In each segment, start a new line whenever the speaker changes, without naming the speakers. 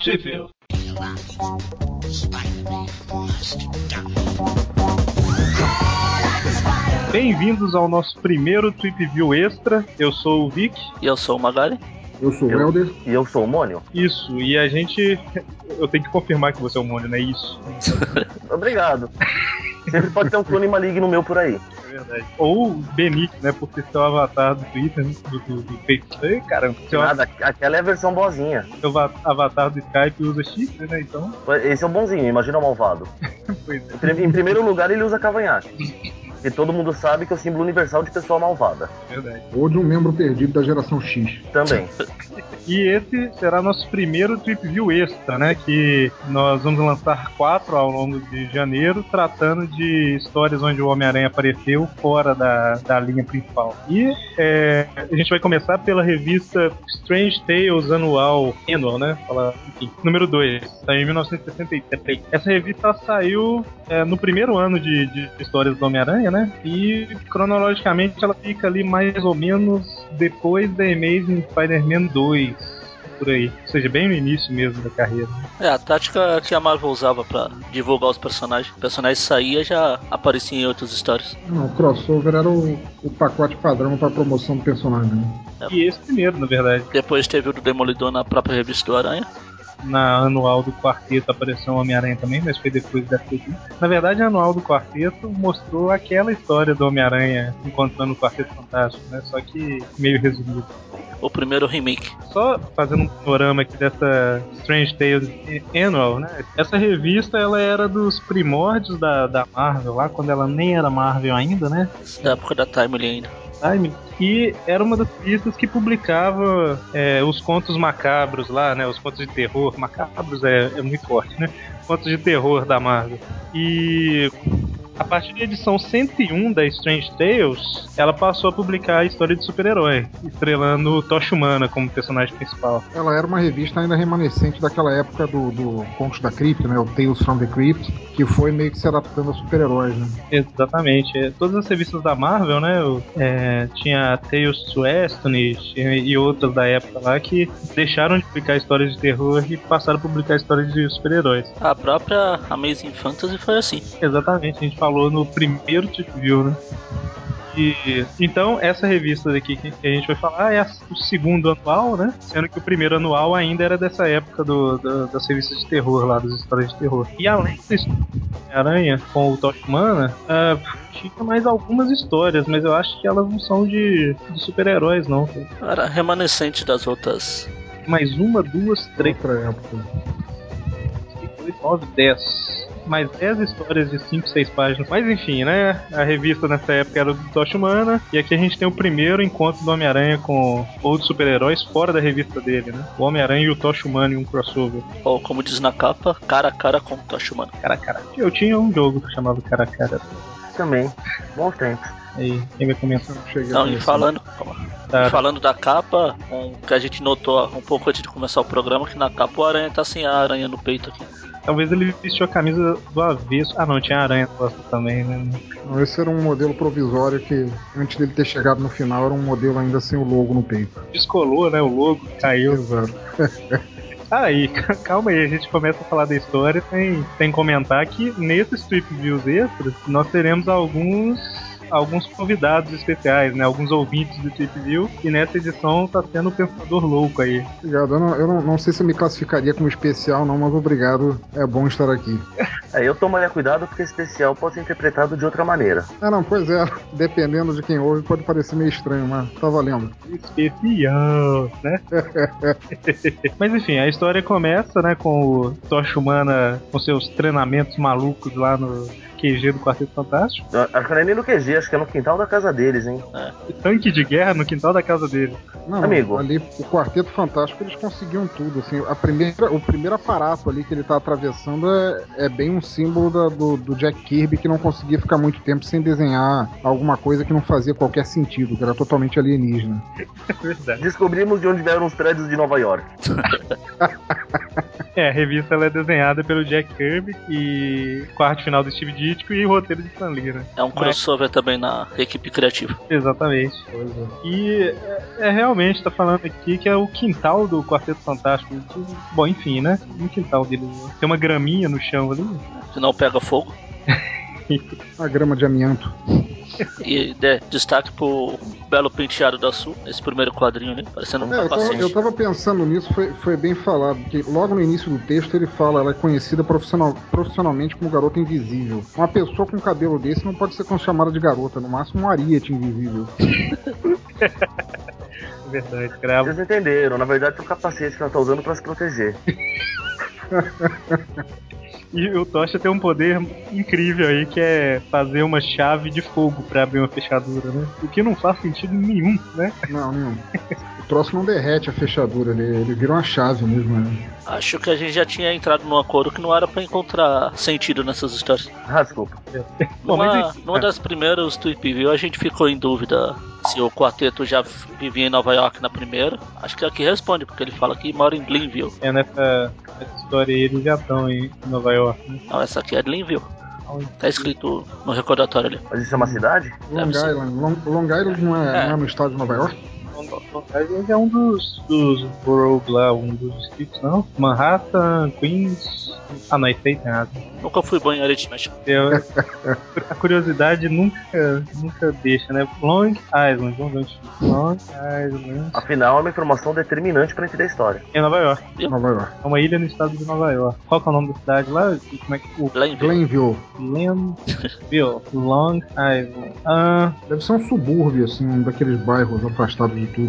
Tipo. Bem-vindos ao nosso primeiro Trip View Extra. Eu sou o Vic.
E eu sou o Magali.
Eu sou o
Eu-
Helder.
E eu sou o Mônio.
Isso, e a gente. Eu tenho que confirmar que você é o Mônio, né? Isso.
Obrigado. Sempre pode ter um clone maligno meu por aí.
É verdade. Ou Benite, né? Porque seu avatar do Twitter, né, do, do, do Facebook. Ei, Caramba, seu,
Nada, aquela é a versão boazinha.
seu va- avatar do Skype usa chifre, né? Então.
Esse é o bonzinho, imagina o malvado.
Pois é,
Em prim- Em primeiro lugar, ele usa cavanhaque. E todo mundo sabe que é o símbolo universal de pessoa malvada.
é verdade.
Ou de um membro perdido da geração X.
Também.
E esse será nosso primeiro Trip View Extra, né? Que nós vamos lançar quatro ao longo de janeiro, tratando de histórias onde o Homem-Aranha apareceu fora da, da linha principal. E é, a gente vai começar pela revista Strange Tales Anual, Annual, né? Fala, enfim, número 2, saiu em 1963. Essa revista ela saiu é, no primeiro ano de, de histórias do Homem-Aranha, né? E cronologicamente ela fica ali mais ou menos depois da Amazing Spider-Man 2. Por aí, ou seja, bem no início mesmo da carreira.
É a tática que a Marvel usava pra divulgar os personagens. O personagem saía e já aparecia em outras histórias.
Não, o crossover era o, o pacote padrão para promoção do personagem. né?
E esse primeiro, na verdade,
Depois teve o do Demolidor na própria revista do Aranha.
na anual do quarteto apareceu o Homem-Aranha também, mas foi depois da segunda. Na verdade, a anual do quarteto mostrou aquela história do Homem-Aranha encontrando o Quarteto Fantástico, né? Só que meio resumido.
O primeiro remake.
Só fazendo um panorama aqui dessa Strange Tales Annual, né? Essa revista ela era dos primórdios da, da Marvel, lá quando ela nem era Marvel ainda, né?
Da época da Timely ainda.
Time. E era uma das revistas que publicava é, os contos macabros lá, né? Os contos de terror. Macabros é, é muito forte, né? Contos de terror da Marvel. E a partir da edição 101 da Strange Tales, ela passou a publicar a história de super-herói, estrelando Tocha Humana como personagem principal.
Ela era uma revista ainda remanescente daquela época do, do Contos da Cripta, né? O Tales from the Crypt, que foi meio que se adaptando a super-heróis, né?
Exatamente. é, Todas as revistas da Marvel, né? o- é, tinha Tales to Astonish e, e outras da época lá que deixaram de publicar histórias de terror e passaram a publicar histórias de super-heróis.
A própria Amazing Fantasy foi assim.
Exatamente, a gente falou no primeiro Tip View, né? E, então, essa revista daqui que a gente vai falar é a- o segundo anual, né? Sendo que o primeiro anual ainda era dessa época do, do- das revistas de terror lá, das histórias de terror. E além da história do Aranha com o Tosh Humana, ah, tinha mais algumas histórias, mas eu acho que elas não são de, de super-heróis, não.
Era remanescente das outras.
Mais uma, duas, três,
Outra época.
8, 9, 10. Mais 10 histórias de 5, 6 páginas. Mas enfim, né? A revista nessa época era do Tocha Humana. E aqui a gente tem o primeiro encontro do Homem-Aranha com outros super-heróis fora da revista dele, né? O Homem-Aranha e o Tocha Humana em um crossover.
Ou como diz na capa, cara a cara com o Tosh Humano.
Cara a cara. Eu tinha um jogo que chamava Cara a Cara.
Também. Bons tempos.
Aí, quem vai começar? Tá.
Cheguei a
Não, Então, e
conhecer.
falando, calma.
É.
E falando da capa, um, que a gente notou um pouco antes de começar o programa, que na capa o aranha tá sem a aranha no peito aqui.
Talvez ele vestiu a camisa do avesso. Ah, não, tinha aranha na costa também, né?
Não, Esse era um modelo provisório que, antes dele ter chegado no final, era um modelo ainda sem o logo no peito.
Descolou, né? O logo caiu.
Exato.
Aí, Ah, calma aí, a gente começa a falar da história sem, sem comentar que nesses Trip Views extras nós teremos alguns alguns convidados especiais, né? Alguns ouvintes do Trip View e nessa edição tá sendo o Pensador Louco aí.
Obrigado. Eu, não, eu não, não sei se eu me classificaria como especial, não, mas obrigado. É bom estar aqui.
É, eu tomaria cuidado porque especial pode ser interpretado de outra maneira.
Ah, não, pois é. Dependendo de quem ouve, pode parecer meio estranho, mas tá valendo.
Especial, né? Mas enfim, a história começa, né, com o Tocha Humana com seus treinamentos malucos lá no QG do Quarteto Fantástico.
Eu acho que não é nem no QG, acho que é no quintal da casa deles, hein?
Tanque de guerra no quintal da casa dele.
Não,
Amigo.
ali o Quarteto Fantástico eles conseguiam tudo. Assim, a primeira, o primeiro aparato ali que ele tá atravessando é, é bem um símbolo da- do, do Jack Kirby que não conseguia ficar muito tempo sem desenhar alguma coisa que não fazia qualquer sentido, que era totalmente alienígena.
É verdade.
Descobrimos de onde vieram os prédios de Nova York.
É, a revista ela é desenhada pelo Jack Kirby e com a arte final do Steve Ditko e roteiro de Stan Lee, né?
É um crossover também na equipe criativa.
Exatamente.
Pois é.
E é, é realmente, tá falando aqui que é o quintal do Quarteto Fantástico. Bom, enfim, né? No quintal dele. Tem uma graminha no chão ali.
Que não pega fogo.
A grama de amianto.
E de- destaque pro belo penteado da Sul, nesse primeiro quadrinho ali, parecendo um
É, eu, tava,
capacete.
eu tava pensando nisso, foi, foi bem falado, que logo no início do texto ele fala, ela é conhecida profissional- profissionalmente como garota invisível. Uma pessoa com um cabelo desse não pode ser chamada de garota, no máximo um ariete invisível.
É verdade, cravo.
Vocês entenderam, na verdade é o capacete que ela tá usando pra se proteger.
E o Tocha tem um poder incrível aí que é fazer uma chave de fogo pra abrir uma fechadura, né? O que não faz sentido nenhum, né?
Não, não. O troço não derrete a fechadura, ele, ele vira uma chave mesmo, né?
Acho que a gente já tinha entrado num acordo que não era pra encontrar sentido nessas histórias.
Ah, desculpa.
Bom, mas
numa,
enfim,
numa
é.
das primeiras Tweep View, a gente ficou em dúvida se o quarteto já vivia em Nova York na primeira. Acho que aqui responde, porque ele fala que mora em Glenville.
É nessa, nessa história aí eles já estão em Nova York. né?
Não, essa aqui é Glenville. Tá escrito no recordatório ali.
Mas isso é uma cidade?
Long
ser.
Island. Long, Long Island não é,
É.
não é no estado de Nova York?
Ele é um dos, dos boroughs lá, um dos distritos, não? Manhattan, Queens. Ah, não, isso aí tem nada.
Nunca fui bom em aritmética.
Eu- a curiosidade nunca, nunca deixa, né? Long Island, vamos ver onde fica. Long Island.
Afinal, é uma informação determinante pra entender a história.
É Nova York.
Nova York.
É uma ilha no estado de Nova York. Qual que é o nome da cidade lá? E Como é que. O
Glenville.
Glenville.
Glenville. Long Island. Ah,
Deve ser um subúrbio, assim, um daqueles bairros afastados de tudo,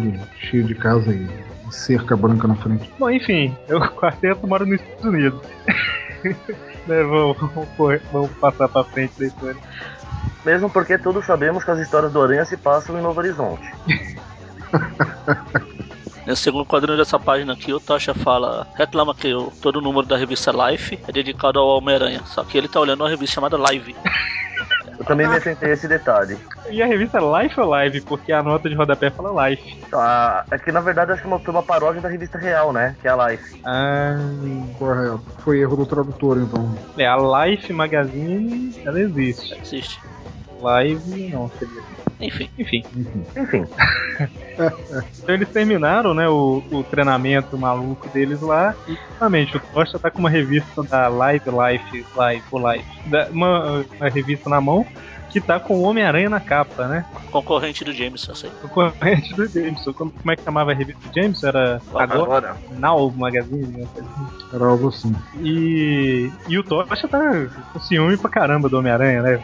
cheio de casa e e cerca branca na frente.
bom, enfim, eu quarteto moro nos Estados Unidos. né, vamos, vamos, correr- vamos passar pra frente da história.
Mesmo porque todos sabemos que as histórias do Aranha se passam em Novo Horizonte.
Nesse Né, segundo quadrinho dessa página aqui, o Tocha fala, reclama que o, todo o número da revista Life é dedicado ao Homem-Aranha. Só que ele tá olhando uma revista chamada Live.
Eu também me atentei a esse detalhe.
E a revista Life ou Live? Porque a nota de rodapé fala Life.
Então, a- é que na verdade acho que é uma, foi uma paródia da revista real, né? Que é a Life.
Ah,
Correto. é, Foi erro do tradutor, então.
é, a Life Magazine, ela existe.
Existe.
Live, não, seria.
Enfim.
Enfim.
Enfim.
Enfim,
Então eles terminaram, né, o, o treinamento maluco deles lá. E justamente o Tocha tá com uma revista da Live Life, Live, o Life, da- uma, uma revista na mão que tá com o Homem-Aranha na capa, né?
Concorrente do James, eu sei.
O corrente do Jameson. Como, como é que chamava a revista do Jameson? Era Agora?
agora.
Now Magazine? né?
Era algo assim.
E, e o Tocha tá com ciúme pra caramba do Homem-Aranha, né?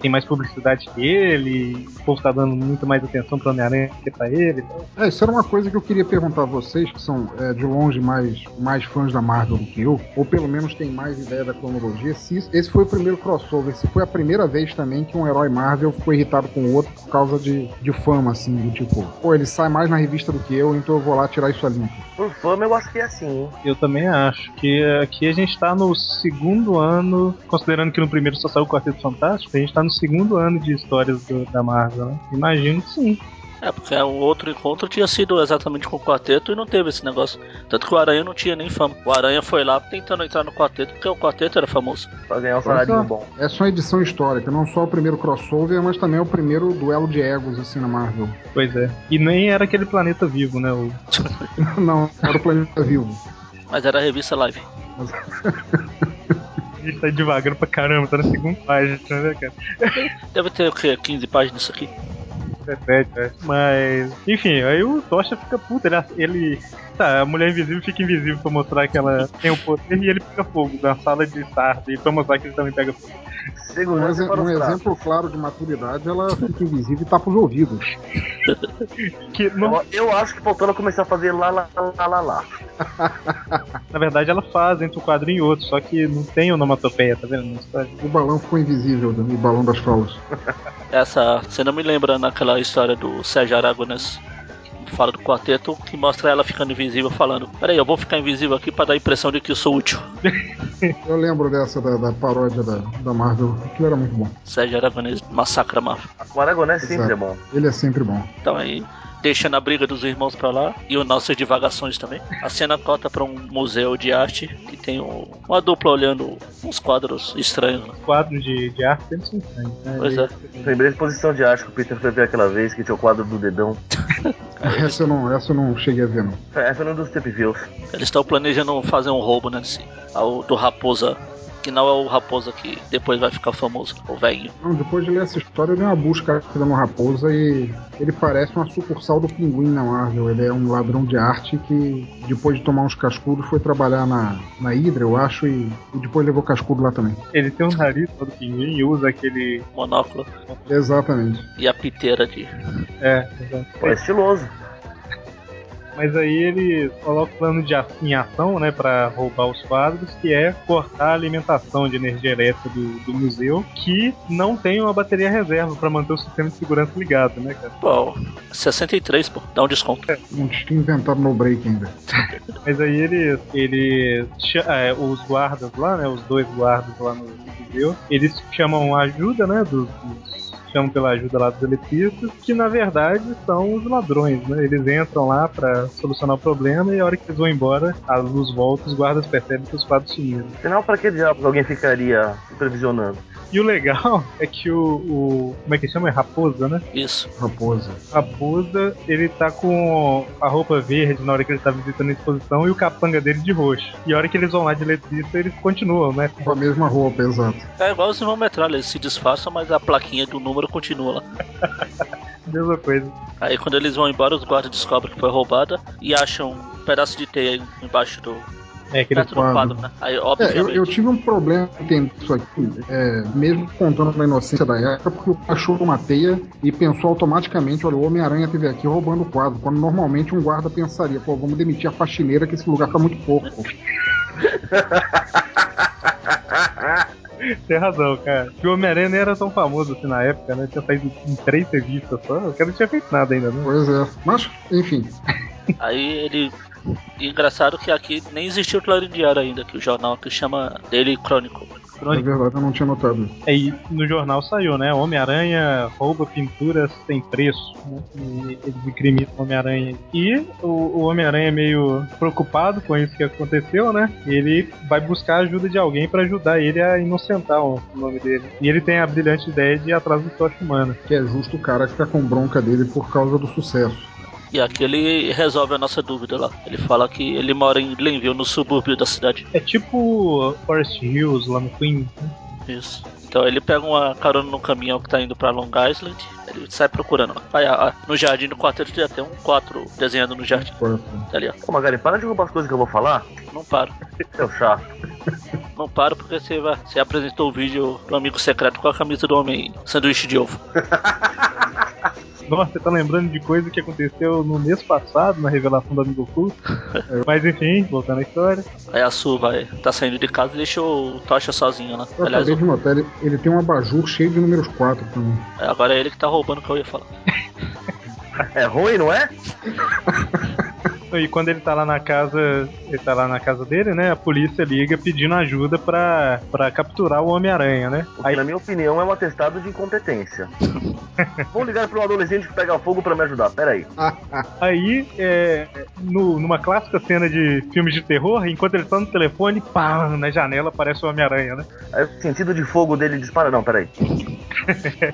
Tem mais publicidade que ele, o povo tá dando muito mais atenção pro Homem-Aranha que pra ele.
É, isso era uma coisa que eu queria perguntar a vocês, que são é, de longe mais, mais fãs da Marvel do que eu, ou pelo menos têm mais ideia da cronologia, se isso- esse foi o primeiro crossover, se foi a primeira vez também que um herói Marvel ficou irritado com o outro por causa de, de fama, assim, do tipo, pô, ele sai mais na revista do que eu, então eu vou lá tirar isso a limpo.
Por fama eu acho que é assim, hein?
Eu também acho que aqui a gente tá no segundo ano, considerando que no primeiro só saiu o Quarteto Fantástico, a gente tá no segundo ano de histórias do- da Marvel, né? Imagino que sim.
É, porque o outro encontro tinha sido exatamente com o quarteto e não teve esse negócio. Tanto que o Aranha não tinha nem fama. O Aranha foi lá tentando entrar no quarteto, porque o quarteto era famoso.
Pra ganhar um
Olha só.
salário bom.
É só uma edição histórica, não só o primeiro crossover, mas também o primeiro duelo de egos, assim, na Marvel.
Pois é. E nem era aquele planeta vivo, né? O-
não, era o Planeta Vivo.
Mas era a revista Live.
A gente tá devagando pra caramba, tá na segunda página, né, cara?
Deve ter o quê? 15 páginas isso aqui.
17, né? Mas, enfim, aí o Tocha fica puto, ele, ele- Tá, a mulher invisível fica invisível pra mostrar que ela tem o poder e ele pega fogo na sala de estar e pra mostrar que ele também pega fogo.
Um,
Segurança
exe-
para
um
os fracos.
exemplo claro de maturidade, ela fica invisível e tapa os ouvidos.
Que, no
Eu, eu acho que faltou ela começar a fazer lá, lá, lá, lá, lá.
Na verdade, ela faz entre um quadrinho e outro, só que não tem onomatopeia, tá vendo? na história?
O balão ficou invisível, né, o balão das falas.
Essa cena me lembra naquela história do Sérgio Aragonés. que Fala do quarteto que mostra ela ficando invisível, falando: Peraí, eu vou ficar invisível aqui pra dar a impressão de que eu sou útil.
Eu lembro dessa da, da paródia da, da Marvel, aquilo era muito bom.
Sérgio Aragonês massacra a máfia.
O Aragonés sempre
Exato.
é bom.
Ele é sempre bom.
Então aí deixando a briga dos irmãos pra lá e as nossas divagações também. A cena cota pra um museu de arte que tem um- uma dupla olhando uns quadros estranhos. né?
Quadros de, de arte sempre são estranhos, né?
Pois é.
Lembrei da exposição de arte que o Peter foi ver aquela vez, que tinha o quadro do dedão.
Essa eu não, essa eu não cheguei a ver, não.
É, Essa não é dos Tepviews.
Eles estão planejando fazer um roubo, né? Nesse, ao, do Raposa. Que não é o Raposa que depois vai ficar famoso, o velhinho.
Não, depois de ler essa história, eu dei uma busca rápida no Raposa e ele parece uma sucursal do Pinguim na Marvel. Ele é um ladrão de arte que, depois de tomar uns cascudos, foi trabalhar na, na Hydra, eu acho, e, e depois levou cascudo lá também.
Ele tem um nariz todo pinguim e usa aquele.
Monóculo
Exatamente.
e a piteira de.
É, exato.
Pô, é estiloso.
Mas aí ele coloca o plano de a- em ação, né, para roubar os quadros, que é cortar a alimentação de energia elétrica do, do museu, que não tem uma bateria reserva para manter o sistema de segurança ligado, né, cara?
Pô, 63, pô, dá um desconto.
Um destino inventado no break ainda.
Mas aí ele, ele cha- é, os guardas lá, né, os dois guardas lá no museu, eles chamam a ajuda, né, dos, dos- chamam pela ajuda lá dos eletricistas, que na verdade são os ladrões, né? Eles entram lá pra solucionar o problema e a hora que eles vão embora, a luz volta, os guardas percebem que os quadros sumiram.
Afinal, pra que diabos alguém ficaria supervisionando?
E o legal é que o, o- como é que chama? É raposa, né?
Isso.
Raposa.
Raposa, ele tá com a roupa verde na hora que ele tá visitando a exposição e o capanga dele de roxo. E a hora que eles vão lá de eletricista, eles continuam, né?
Com a mesma roupa, exato.
É igual os irmãos metralha, eles se disfarçam, mas a plaquinha do número continua lá.
Mesma coisa.
Aí quando eles vão embora, os guardas descobrem que foi roubada e acham um pedaço de teia embaixo do.
É, que eles,
perto do quadro, né? Aí,
É, eu,
obviamente.
eu tive um problema em entender isso aqui, é, mesmo contando na inocência da época, porque o cachorro uma teia e pensou automaticamente, olha, o Homem-Aranha teve aqui roubando o quadro, quando normalmente um guarda pensaria, pô, vamos demitir a faxineira que esse lugar tá muito pouco.
tem razão, cara. Que o Homem-Aranha nem era tão famoso assim na época, né? Tinha saído em três revistas só. O cara não tinha feito nada ainda, né?
Pois é. Mas, enfim, é
Aí ele. E engraçado que aqui nem existia o Clarim Diário ainda, que o jornal que chama dele Crônico.
na
Crônica.
verdade eu não tinha notado isso.
Aí no jornal saiu, né? Homem-Aranha rouba pinturas sem preço. Né? E eles incriminam o Homem-Aranha. E o, o Homem-Aranha, é meio preocupado com isso que aconteceu, né? Ele vai buscar a ajuda de alguém pra ajudar ele a inocentar o nome dele. E ele tem a brilhante ideia de ir atrás do Tocha Humana.
Que é justo o cara que tá com bronca dele por causa do sucesso.
E aqui ele resolve a nossa dúvida lá. Ele fala que ele mora em Glenville, no subúrbio da cidade.
É tipo Forest Hills lá no Queens, né?
Isso. Então ele pega uma carona no caminhão que tá indo pra Long Island. Ele sai procurando lá. Vai, ah, ah, no jardim do quarteto tem até um 4 desenhando no jardim.
Foi
Tá ali, ó.
Ô, Magari, para de roubar as coisas que eu vou falar.
Não paro.
Seu chato.
Não paro porque você, vai- você apresentou o vídeo do amigo secreto com a camisa do homem sanduíche de ovo.
Nossa, você tá lembrando de coisa que aconteceu no mês passado, na revelação do Amigo Oculto. Mas enfim, voltando à história.
Aí a Su vai, tá saindo de casa e deixa o Tocha sozinho lá.
Eu
Aliás,
acabei de notar, ele, ele tem um abajur cheio de números 4 também.
agora é ele que tá roubando o que eu ia falar.
É ruim, não é?
E quando ele tá lá na casa, ele tá lá na casa dele, né? A polícia liga pedindo ajuda pra, pra capturar o Homem-Aranha, né?
O que,
Aí
na minha opinião, é um atestado de incompetência. Vou ligar para um adolescente que pega fogo para me ajudar. Pera aí.
Aí, é, no- numa clássica cena de filmes de terror, enquanto ele tá no telefone, pá, na janela aparece o Homem-Aranha, né?
Aí o sentido de fogo dele dispara. Não, pera aí.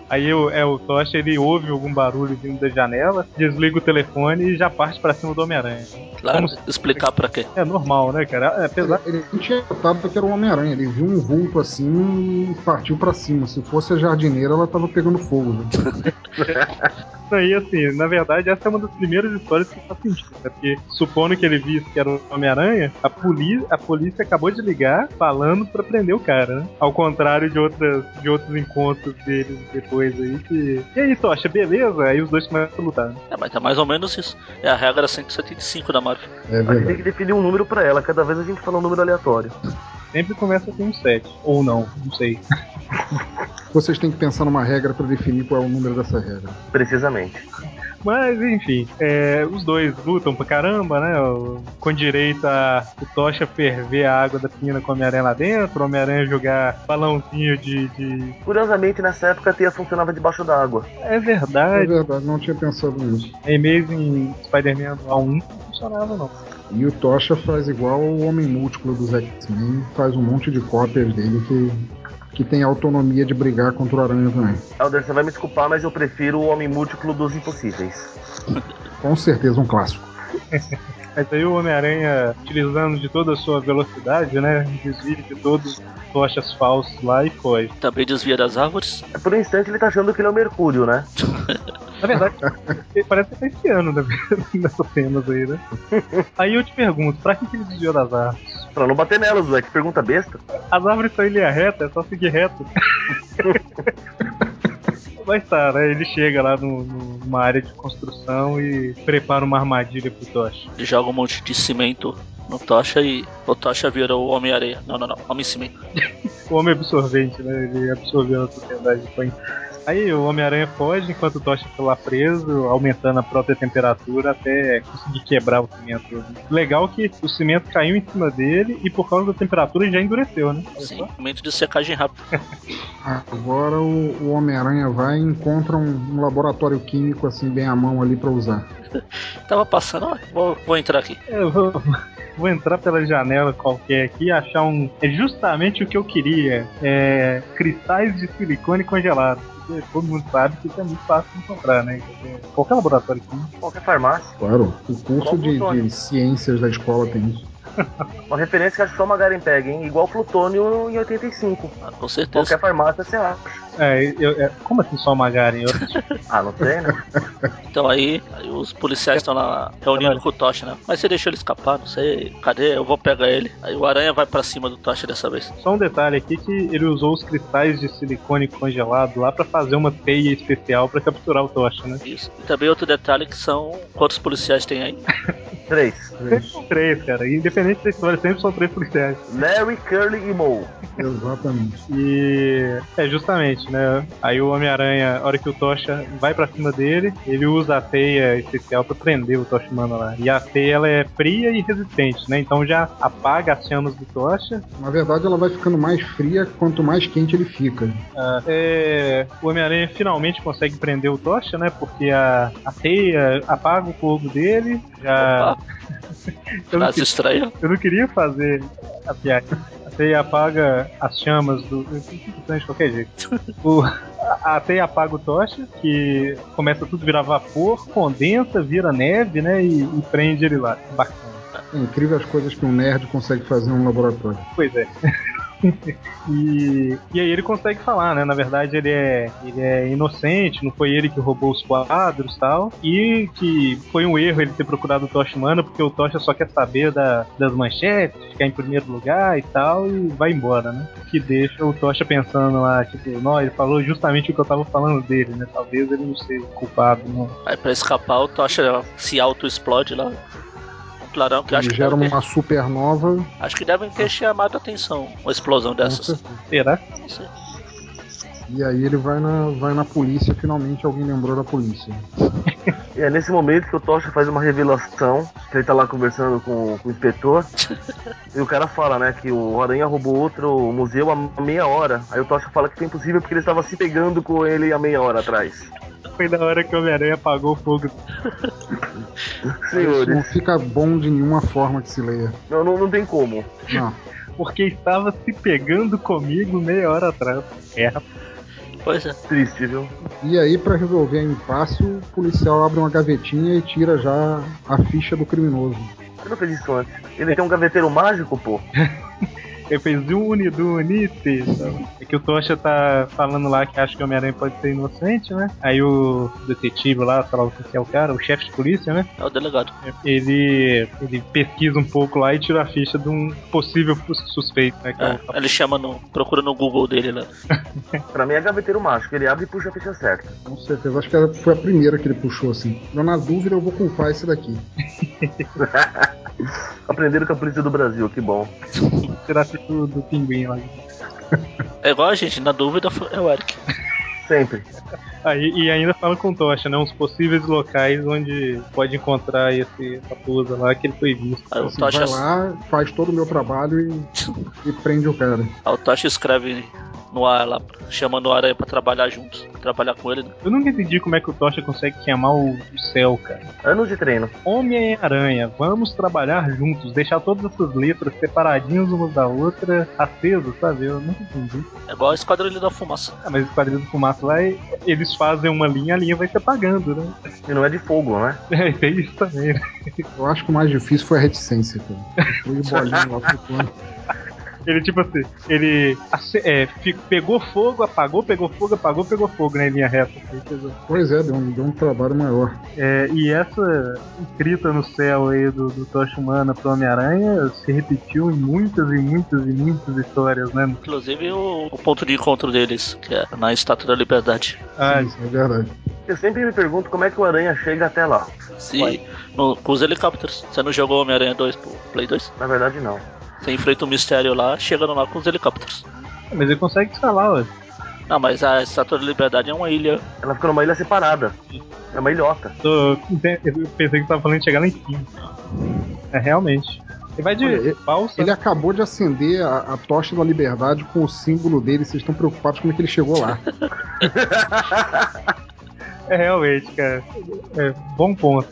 Aí o, é, o Tocha, ele ouve algum barulho vindo da janela, desliga o telefone e já parte pra cima do Homem-Aranha.
Claro,
Vamos-
explicar pra quê.
É normal, né, cara? Apesar
Ele, ele não tinha notado que era o Homem-Aranha. Ele viu um vulto assim e partiu pra cima. Se fosse a jardineira, ela tava pegando fogo. né?
Isso aí, assim, na verdade, essa é uma das primeiras histórias que faz sentido, né? Porque supondo que ele visse que era o Homem-Aranha, a, poli a polícia acabou de ligar falando pra prender o cara, né? Ao contrário de, outras, de outros encontros deles depois aí, que. E aí, Tocha, beleza? Aí os dois começam a lutar. né?
É, mas é mais ou menos isso. É a regra 175 da Marvel.
É
A gente tem
verdade.
que definir um número para ela. Cada vez a gente fala um número aleatório.
Sempre começa com um 7. Ou não, não sei.
Vocês têm que pensar numa regra pra definir qual é o número dessa regra.
Precisamente.
Mas enfim, é, os dois lutam pra caramba, né? O- Com direito a o Tocha ferver a água da piscina com o Homem-Aranha lá dentro, o Homem-Aranha jogar balãozinho de, de-
Curiosamente, nessa época a teia funcionava debaixo d'água.
É
É
verdade, É
verdade, não tinha pensado nisso.
Amazing Spider-Man A1 não funcionava não.
E o Tocha faz igual o Homem Múltiplo dos X-Men, faz um monte de cópias dele que, que tem autonomia de brigar contra o Aranha também.
Elder, você vai me desculpar, mas eu prefiro o Homem Múltiplo dos Impossíveis.
Com certeza um clássico.
Mas aí o Homem-Aranha, utilizando de toda a sua velocidade, né? Desvia de todos os tochas falsos lá e foi.
Também desvia das árvores.
Por um instante ele tá achando que ele é o Mercúrio, né?
Na verdade, ele parece que tá esse ano né, nessas cenas aí, né? Aí eu te pergunto, pra que, que ele desviou das árvores?
Pra não bater nelas, Zé, que pergunta besta.
As árvores estão em linha reta, é só seguir reto. Mas tá, né? Ele chega lá no- no- numa área de construção e prepara uma armadilha pro Tocha.
Ele joga um monte de cimento no Tocha e o Tocha vira o Homem-Areia. Não, não, não. Homem-Cimento.
Uhum.
O homem absorvente, né? Ele absorveu a sociedade. Foi... Aí o Homem-Aranha foge enquanto o Tocha fica lá preso, aumentando a própria temperatura até conseguir quebrar o cimento. né? Legal que o cimento caiu em cima dele e por causa da temperatura já endureceu, né?
Sim, momento de secagem rápida.
Agora o, o Homem-Aranha vai e encontra um, um laboratório químico assim bem à mão ali pra usar.
Tava passando, ó, vou, vou entrar aqui.
Eu vou, vou entrar pela janela qualquer aqui e achar um. É justamente o que eu queria: é, cristais de silicone congelados. Porque todo mundo sabe que isso é muito fácil de encontrar, né? Qualquer laboratório assim. aqui.
Qualquer farmácia.
Claro, o curso de,
Plutônio.
de ciências da escola tem isso.
Uma referência que acho que só Magaren pega, hein? Igual Plutônio em 85.
Ah, com certeza.
Qualquer farmácia você acha.
É, eu- é, como assim só Magaren? Eu,
Ah, não sei, né?
Então aí, aí os policiais estão lá reunindo com o Tocha, né? Mas você deixou ele escapar, não sei. Cadê? Eu vou pegar ele. Aí o Aranha vai pra cima do Tocha dessa vez.
só um detalhe aqui: que ele usou os cristais de silicone congelado lá pra fazer uma teia especial pra capturar o Tocha, né?
Isso. E também outro detalhe que são quantos policiais tem aí.
Três.
Sempre
É,
são três, cara. Independente da história, sempre são três policiais.
Larry, Curly e Moe.
Exatamente.
E é justamente, né? Aí o Homem-Aranha, a hora que o Tocha vai pra cima dele, ele usa a teia especial pra prender o Tocha Humano lá. E a teia ela é fria e resistente, né? Então já apaga as chamas do Tocha.
Na verdade ela vai ficando mais fria quanto mais quente ele fica.
Ah, é, o Homem-Aranha finalmente consegue prender o Tocha, né? Porque a, a teia apaga o fogo dele. Já.
Opa,
Eu não
frase estranha.
Eu não queria fazer a piada. A teia apaga as chamas do. eu fico pensando De qualquer jeito. O- a a teia apaga o tocha, que começa tudo a virar vapor, condensa, vira neve, né? E, e prende ele lá. Bacana.
É incrível as coisas que um nerd consegue fazer num laboratório.
Pois é. E, e aí ele consegue falar, né? Na verdade ele é, ele é inocente, não foi ele que roubou os quadros e tal. E que foi um erro ele ter procurado o Tocha Humana, porque o Tocha só quer saber da- das manchetes, ficar em primeiro lugar e tal, e vai embora, né? Que deixa o Tocha pensando lá, tipo, não, ele falou justamente o que eu tava falando dele, né? Talvez ele não seja culpado, não.
Aí pra escapar, o Tocha se auto-explode lá. Um clarão que eu acho
Ele
que,
gera
deve ter,
uma supernova.
acho que devem ter chamado a atenção uma explosão
com
dessas.
certeza.
Será?
Não sei.
E aí ele vai na, vai na polícia, finalmente alguém lembrou da polícia.
E é nesse momento que o Tocha faz uma revelação, que ele tá lá conversando com, com o inspetor, e o cara fala, né, que o Aranha roubou outro museu há meia hora. Aí o Tocha fala que foi impossível porque ele estava se pegando com ele há meia hora atrás.
Foi da hora que o Homem-Aranha apagou o fogo.
Isso
Senhores,
não fica bom de nenhuma forma que se leia.
não, não, não tem como.
Não.
Porque estava se pegando comigo meia hora atrás. É, rapaz.
Pois é.
Triste, viu?
E aí, pra resolver a impasse, o policial abre uma gavetinha e tira já a ficha do criminoso.
Ele não fez isso antes. Ele tem um gaveteiro mágico, pô.
Ele fez um unido unite. É que o Tocha tá falando lá que acha que o Homem-Aranha pode ser inocente, né? Aí o detetive lá, sei lá o que que é o cara, o chefe de polícia, né?
É o delegado.
Ele, ele pesquisa um pouco lá e tira a ficha de um possível sus- suspeito, né? Que é o-
É, ele chama no. procura no Google dele lá.
Pra mim é gaveteiro mágico. Ele abre e puxa a ficha certa.
Com certeza, acho que ela foi a primeira que ele puxou assim. Eu, na dúvida, eu vou culpar esse daqui.
Aprenderam com a polícia do Brasil, que bom.
tirar a ficha do, do pinguim lá.
É igual a gente, na dúvida foi- é o Eric.
Sempre.
Aí, e ainda fala com o Tocha, né? Uns possíveis locais onde pode encontrar esse raposa lá que ele foi visto.
Aí o
Assim, vai
Tocha,
lá, faz todo o meu trabalho e, e prende o cara.
aí o Tocha escreve no ar lá, chamando o Aranha pra trabalhar juntos, trabalhar com ele, né?
Eu nunca entendi como é que o Tocha consegue chamar o o céu, cara.
Anos de treino.
Homem e Aranha, vamos trabalhar juntos, deixar todas essas letras separadinhas uma da outra, acesas, sabe? Eu nunca entendi.
É igual a Esquadrilha da Fumaça.
Ah, mas o quadrinho do fumaça lá, eles fazem uma linha, a linha vai se apagando, né?
E não é de fogo, né?
É, tem isso também, né?
Eu acho que o mais difícil foi a reticência, cara. Foi de bolinha lá flutuando.
Ele, tipo assim, ele ace- é, fi- pegou fogo, apagou, pegou fogo, apagou, pegou fogo, né? Em linha reta. assim, quer dizer.
Pois é, deu um, deu um trabalho maior.
É, e essa escrita no céu aí do, do Tocha Humana pro Homem-Aranha se repetiu em muitas e muitas e muitas histórias, né?
Inclusive o, o ponto de encontro deles, que é na Estátua da Liberdade.
Ah,
Sim, isso é verdade.
Eu sempre me pergunto como é que o Aranha chega até lá.
Se, no- com os helicópteros. Você não jogou Homem-Aranha 2 pro Play 2?
Na verdade, não.
Você enfrenta um mistério lá, chegando lá com os helicópteros.
mas ele consegue falar, ó.
Não, mas a Estátua da Liberdade é uma ilha.
Ela fica numa ilha separada. É uma ilhota.
Tô- eu pensei que tava falando de chegar lá em cima. É, realmente. Ele vai de
Olha, ele-
balsa.
Ele acabou de acender a, a tocha da liberdade com o símbolo dele. Vocês estão preocupados como é que ele chegou lá.
É, realmente, cara. É, bom ponto.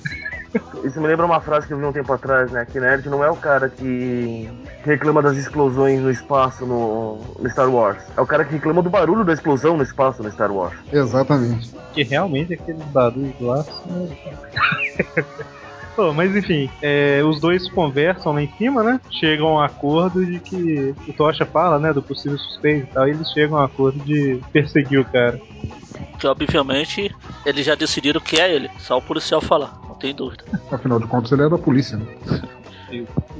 Isso me lembra uma frase que eu vi um tempo atrás, né? Que nerd não é o cara que reclama das explosões no espaço no, no Star Wars. É o cara que reclama do barulho da explosão no espaço no Star Wars.
Exatamente.
Que realmente aqueles barulhos lá. são- Pô, mas enfim, é, os dois conversam lá em cima, né? Chegam a um acordo de que o Tocha fala, né? Do possível suspeito e tal. E eles chegam a um acordo de perseguir o cara.
Que obviamente eles já decidiram que é ele. Só o policial falar, não tem dúvida.
Afinal de contas, ele é da polícia. né?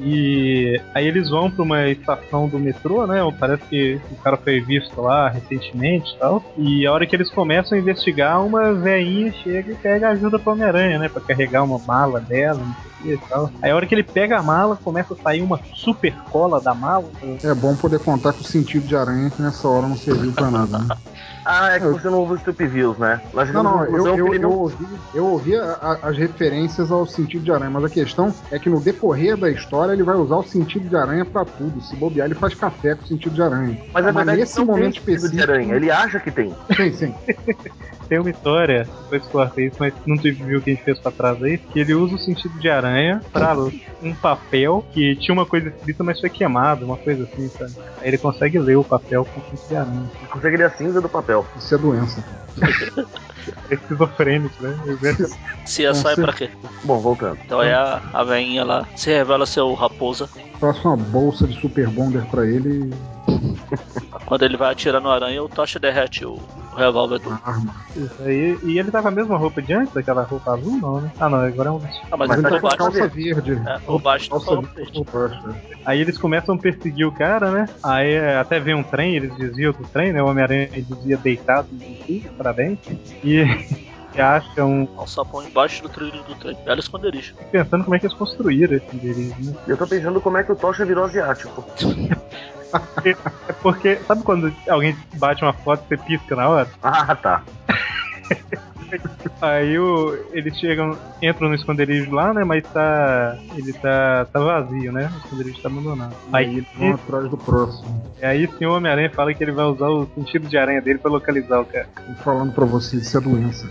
E aí eles vão pra uma estação do metrô, né? Parece que o cara foi visto lá recentemente e tal. E a hora que eles começam a investigar, uma veinha chega e pede ajuda pro Homem-Aranha, né? Pra carregar uma mala dela, não sei o que e tal. Aí a hora que ele pega a mala, começa a sair uma super cola da mala.
É bom poder contar com o sentido de aranha que nessa hora não serviu pra nada. Né?
Ah, é que você não ouve os Tup Views, né? Nós
Não,
chegamos à
não, eu,
conclusão que
eu,
ele
eu
não.
ouvi, eu ouvi a- a- as referências ao sentido de aranha, mas a questão é que no decorrer da história ele vai usar o sentido de aranha pra tudo. Se bobear, ele faz café com o sentido de aranha.
Mas na verdade
nesse
não tem
momento
sentido de
específico.
aranha. Ele acha que tem.
Sim, sim.
Tem uma história, depois corta isso, mas não teve viu que a gente fez pra trás aí, que ele usa o sentido de aranha pra um papel que tinha uma coisa escrita, mas foi queimado, uma coisa assim, sabe? Aí ele consegue ler o papel com o sentido de aranha.
Consegue ler a cinza do papel.
Isso é doença.
esquizofrênico, né?
Se é só é pra quê?
Bom, voltando.
Então é a, a veinha lá, se revela ser o raposa.
Faça uma bolsa de super bonder pra ele e
Quando ele vai atirar no aranha, o Tocha derrete o, o revólver do.
uma arma.
Isso aí. E ele tá com a mesma roupa de antes, aquela roupa azul, não, né? Ah, não, agora é um vestido.
Ah, mas,
Mas
o
ele tá com
tá
a
baixo.
calça verde.
É, o baixo tá
Calça
falando
verde com rocha.
Aí eles começam a perseguir o cara, né? Aí é, até vem um trem, eles desviam do trem, né? O Homem-Aranha desvia deitado de si, parabéns. E, e acham,
um sapão embaixo do trilho do trem. Belo esconderijo.
pensando como é que eles construíram esse endereço, né?
Eu tô pensando como é que o Tocha virou asiático.
É porque, sabe quando alguém bate uma foto e você pisca na hora?
Ah, tá.
Aí o, eles chegam, entram no esconderijo lá, né? Mas tá. Ele tá, tá vazio, né? O esconderijo tá abandonado.
Aí eles vão atrás do próximo.
E É aí sim o Homem-Aranha fala que ele vai usar o sentido de aranha dele pra localizar o cara.
E falando pra você, isso é doença.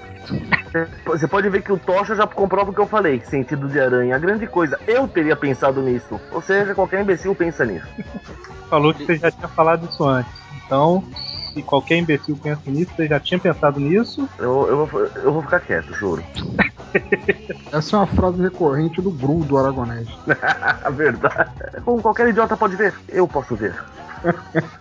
Você pode ver que o Tocha já comprova o que eu falei. Sentido de aranha. A grande coisa. Eu teria pensado nisso. Ou seja, qualquer imbecil pensa nisso.
Falou que você já tinha falado isso antes. Então, se qualquer imbecil pensa nisso, você já tinha pensado nisso.
Eu, eu, vou, eu vou ficar quieto, juro.
Essa é uma frase recorrente do Bru, do Aragonés.
A verdade. Como qualquer idiota pode ver, eu posso ver.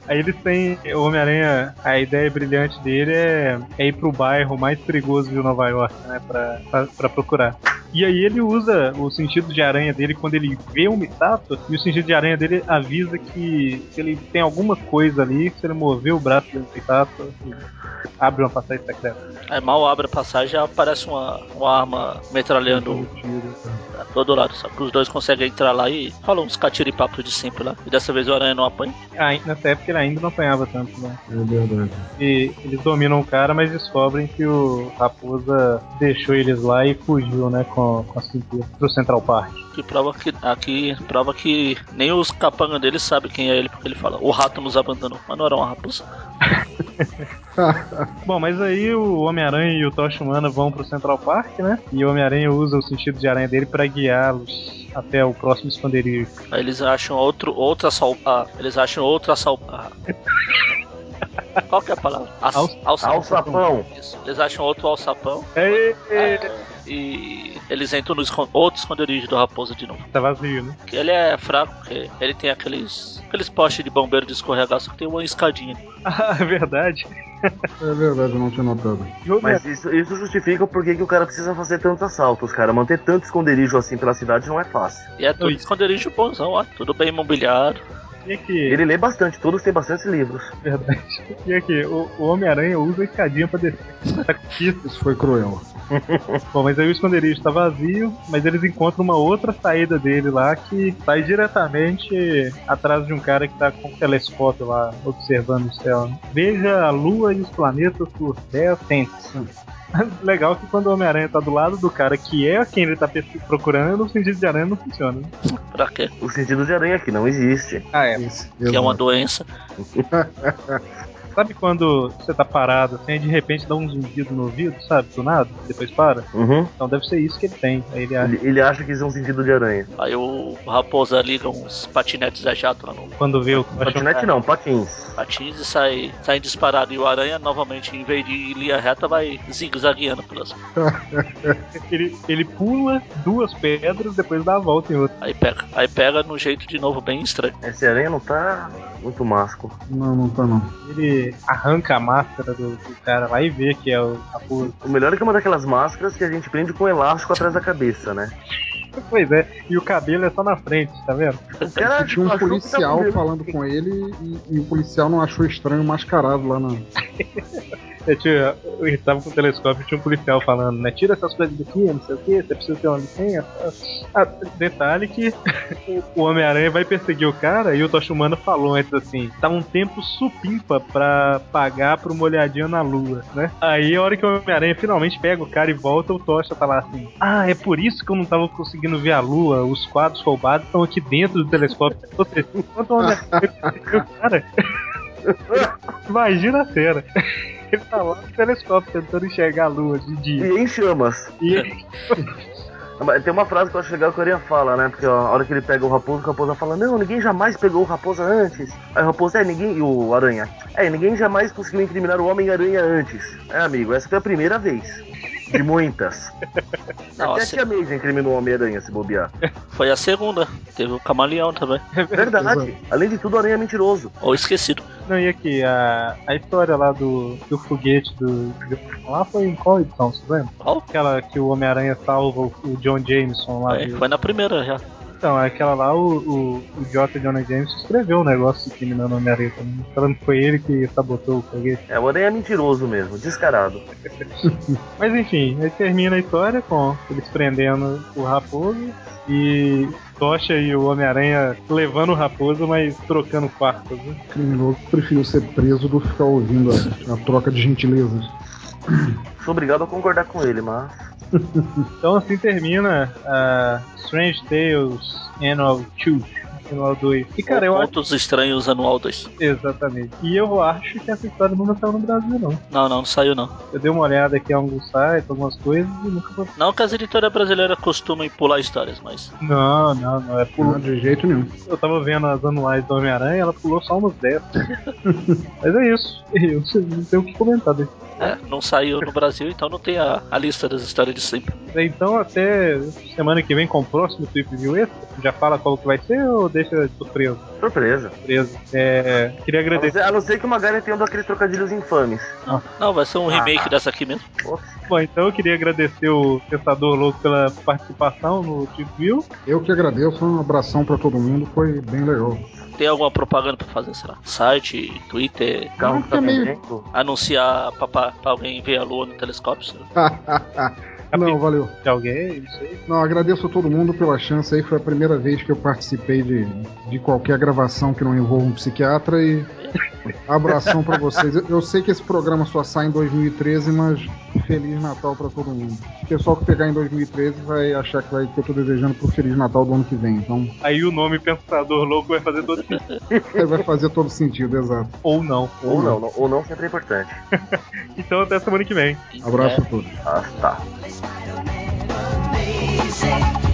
Aí eles têm. O Homem-Aranha, a ideia brilhante dele é, é ir pro bairro mais perigoso de Nova York, né? Pra, pra, pra procurar. E aí ele usa o sentido de aranha dele quando ele vê uma estátua, e o sentido de aranha dele avisa que se ele tem alguma coisa ali, se ele mover o braço da estátua, abre uma passagem secreta.
Aí mal abre a passagem já aparece uma, uma arma metralhando a todo lado, sabe? Os dois conseguem entrar lá e rolam uns catiripapos de sempre lá. E dessa vez o aranha não apanha.
Aí, nessa época ele ainda não apanhava tanto, né?
É verdade.
E eles dominam o cara, mas descobrem que o Raposa deixou eles lá e fugiu, né, com, com a cintura pro Central Park.
Que prova que aqui prova que nem os capangas dele sabem quem é ele, porque ele fala, o rato nos abandonou. Mas não era uma raposa.
Bom, mas aí o Homem-Aranha e o Tocha Humana vão pro Central Park, né? E o Homem-Aranha usa o sentido de aranha dele pra guiá-los até o próximo esconderijo.
Aí eles acham outro outro assal, ah, eles acham outro assal, ah. Qual que é a palavra? As-
Alça-
Alçapão.
Isso. Eles acham outro alçapão ah,
Ei, ei,
e eles entram no escon- outro esconderijo do raposa de novo.
Tá vazio, né?
Porque ele é fraco, porque ele tem aqueles aqueles postes de bombeiro de escorregar, só que tem uma escadinha.
Ah, é verdade.
É verdade, eu não tinha notado.
E o
Mas isso, isso justifica o porquê que o cara precisa fazer tantos assaltos, cara. Manter tanto esconderijo assim pela cidade não é fácil.
E é tudo
Oi.
esconderijo bonzão, ó. Tudo bem imobiliado.
Homem-Aranha que... é
Ele lê bastante, todos têm bastantes livros.
Verdade. E aqui, o, o Homem-Aranha usa a escadinha pra descer. Tá com pista.
Isso foi cruel.
Bom, mas aí o esconderijo tá vazio, mas eles encontram uma outra saída dele lá que sai diretamente atrás de um cara que tá com um telescópio lá observando o céu. né? Veja a lua e os planetas por 10 centos. Legal que quando o Homem-Aranha tá do lado do cara que é quem ele tá pesqui- procurando, o sentido de aranha não funciona. né?
Pra quê?
O sentido de aranha que não existe.
Ah, é.
Esse,
Que é uma doença.
Sabe quando você tá parado assim, e de repente dá um zumbido no ouvido, sabe? Do nada, depois para?
Uhum.
Então deve ser isso que ele tem. Aí ele acha.
Ele, ele acha que isso é um sentido de aranha.
Aí o Raposa liga uns patinetes a jato lá no
Quando vê o.
Patinete não, patins.
patins e sai, sai disparado. E o Aranha, novamente, em vez de ir em linha reta, vai zigue-zagueando pelas.
Ele, ele pula duas pedras, depois dá a volta em outra.
Aí pega. Aí pega num jeito de novo bem estranho.
Esse aranha não tá muito masco.
Não, não tá não.
Ele arranca a máscara do, do cara lá e vê que é o Raposo.
O melhor é que é uma daquelas máscaras que a gente prende com um elástico atrás da cabeça, né?
Pois é, e o cabelo é só na frente, tá vendo?
O cara
Tinha um
achou que tá
policial
com-
falando com ele e, e o policial não achou estranho mascarado lá na.
Eu, tinha, eu tava com o telescópio e tinha um policial falando, né? Tira essas coisas daqui, não sei o que, você precisa ter uma licença. Ah, detalhe que o Homem-Aranha vai perseguir o cara e o Tocha Humana falou antes assim: tá um tempo supimpa pra pagar pro molhadinho na lua, né? Aí a hora que o Homem-Aranha finalmente pega o cara e volta, o Tocha tá lá assim: ah, é por isso que eu não tava conseguindo ver a lua, os quadros roubados estão aqui dentro do telescópio. Ou seja, enquanto o Homem-Aranha perseguiu o cara, imagina a cena. Ele tá lá no telescópio tentando enxergar a lua de dia.
E em chamas.
E
Mas Tem uma frase que eu acho legal que o Aranha fala, né? Porque ó, a hora que ele pega o raposo, o raposa fala: Não, ninguém jamais pegou o raposa antes. Aí o raposa é ninguém. E o aranha: É, ninguém jamais conseguiu incriminar o Homem-Aranha antes. É, amigo, essa foi a primeira vez. De muitas.
Não,
Até
a se-
que a Mesa incriminou o Homem-Aranha se bobear.
foi a segunda. Teve o camaleão também.
É
Verdade. Além de tudo, o Aranha é mentiroso.
Ou esquecido.
Não, e aqui, a, a história lá do, do foguete do, do- Lá foi em qual edição, você lembra?
Qual?
Aquela que o Homem-Aranha salva o, o John Jameson lá.
É,
do-
foi na primeira já.
Então, aquela lá, o, o, o J. Jonah Jameson escreveu um negócio incriminando o Homem-Aranha também. Falando que foi ele que sabotou o foguete.
É, o Aranha é mentiroso mesmo, descarado.
Mas enfim, aí termina a história com eles prendendo o Raposo e Tocha e o Homem-Aranha levando o Raposo, mas trocando farpas, né?
Criminoso preferiu ser preso do que ficar ouvindo a, a troca de gentilezas.
Sou obrigado a concordar com ele, mas.
Então assim termina a Strange Tales Annual 2. Anual 2. E cara, eu acho.
Pontos estranhos anual 2.
Exatamente. E eu acho que essa história nunca saiu no Brasil, não.
Não, não, não saiu não.
Eu dei uma olhada aqui em alguns sites, algumas coisas e nunca foi.
Não que as editoras brasileiras costumem pular histórias, mas.
Não, não, não. É
Não,
pulou.
de jeito nenhum.
Eu tava vendo as anuais do Homem-Aranha, ela pulou só umas 10. Mas é isso. Eu não tenho o que comentar desse.
né, É, não saiu no Brasil, então não tem a, a lista das histórias de sempre.
Então até semana que vem com o próximo Trip View Extra. Já fala qual que vai ser ou deixa surpresa?
Surpresa.
Surpresa. É, queria
A não,
agradecer.
ser, a não ser que o Magari tenha um daqueles trocadilhos infames.
Não, vai
Ah.
ser um remake dessa aqui mesmo.
Ops.
Bom, então eu queria agradecer o Pensador Louco pela participação no Trip View.
Eu que agradeço, um abração pra todo mundo, foi bem legal.
Tem alguma propaganda pra fazer, sei lá? Site, Twitter,
Carro
Não,
que tá
também-
pendendo.
anunciar pra, pra- pra alguém ver a lua no telescópio. sei lá.
Não, valeu.
De alguém, não sei.
Não, agradeço a todo mundo pela chance aí. Foi a primeira vez que eu participei de, de qualquer gravação que não envolva um psiquiatra e abração pra vocês. Eu, eu sei que esse programa só sai em 2013, mas Feliz Natal pra todo mundo. O pessoal que pegar em 2013 vai achar que, vai, que eu tô desejando pro Feliz Natal do ano que vem. Então
Aí o nome Pensador Louco vai fazer todo sentido.
aí vai fazer todo sentido, exato.
Ou não.
Ou não, não- ou não sempre é importante.
Então até semana que vem.
tá.
Abraço a todos.
Ah, tá.
Amazing.